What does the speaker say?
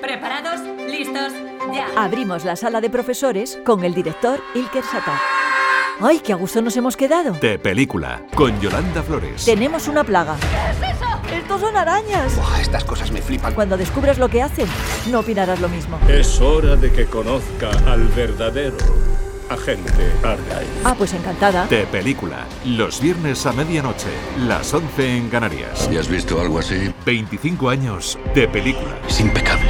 ¿Preparados? ¿Listos? ¡Ya! Abrimos la sala de profesores con el director Ilker Satá. ¡Ay, qué a gusto nos hemos quedado! De película, con Yolanda Flores. Tenemos una plaga. ¿Qué es eso? ¡Estos son arañas! Buah, estas cosas me flipan. Cuando descubras lo que hacen, no opinarás lo mismo. Es hora de que conozca al verdadero agente Argyle. Ah, pues encantada. De película, los viernes a medianoche, las 11 en Canarias. ¿Ya has visto algo así? 25 años de película. Es impecable.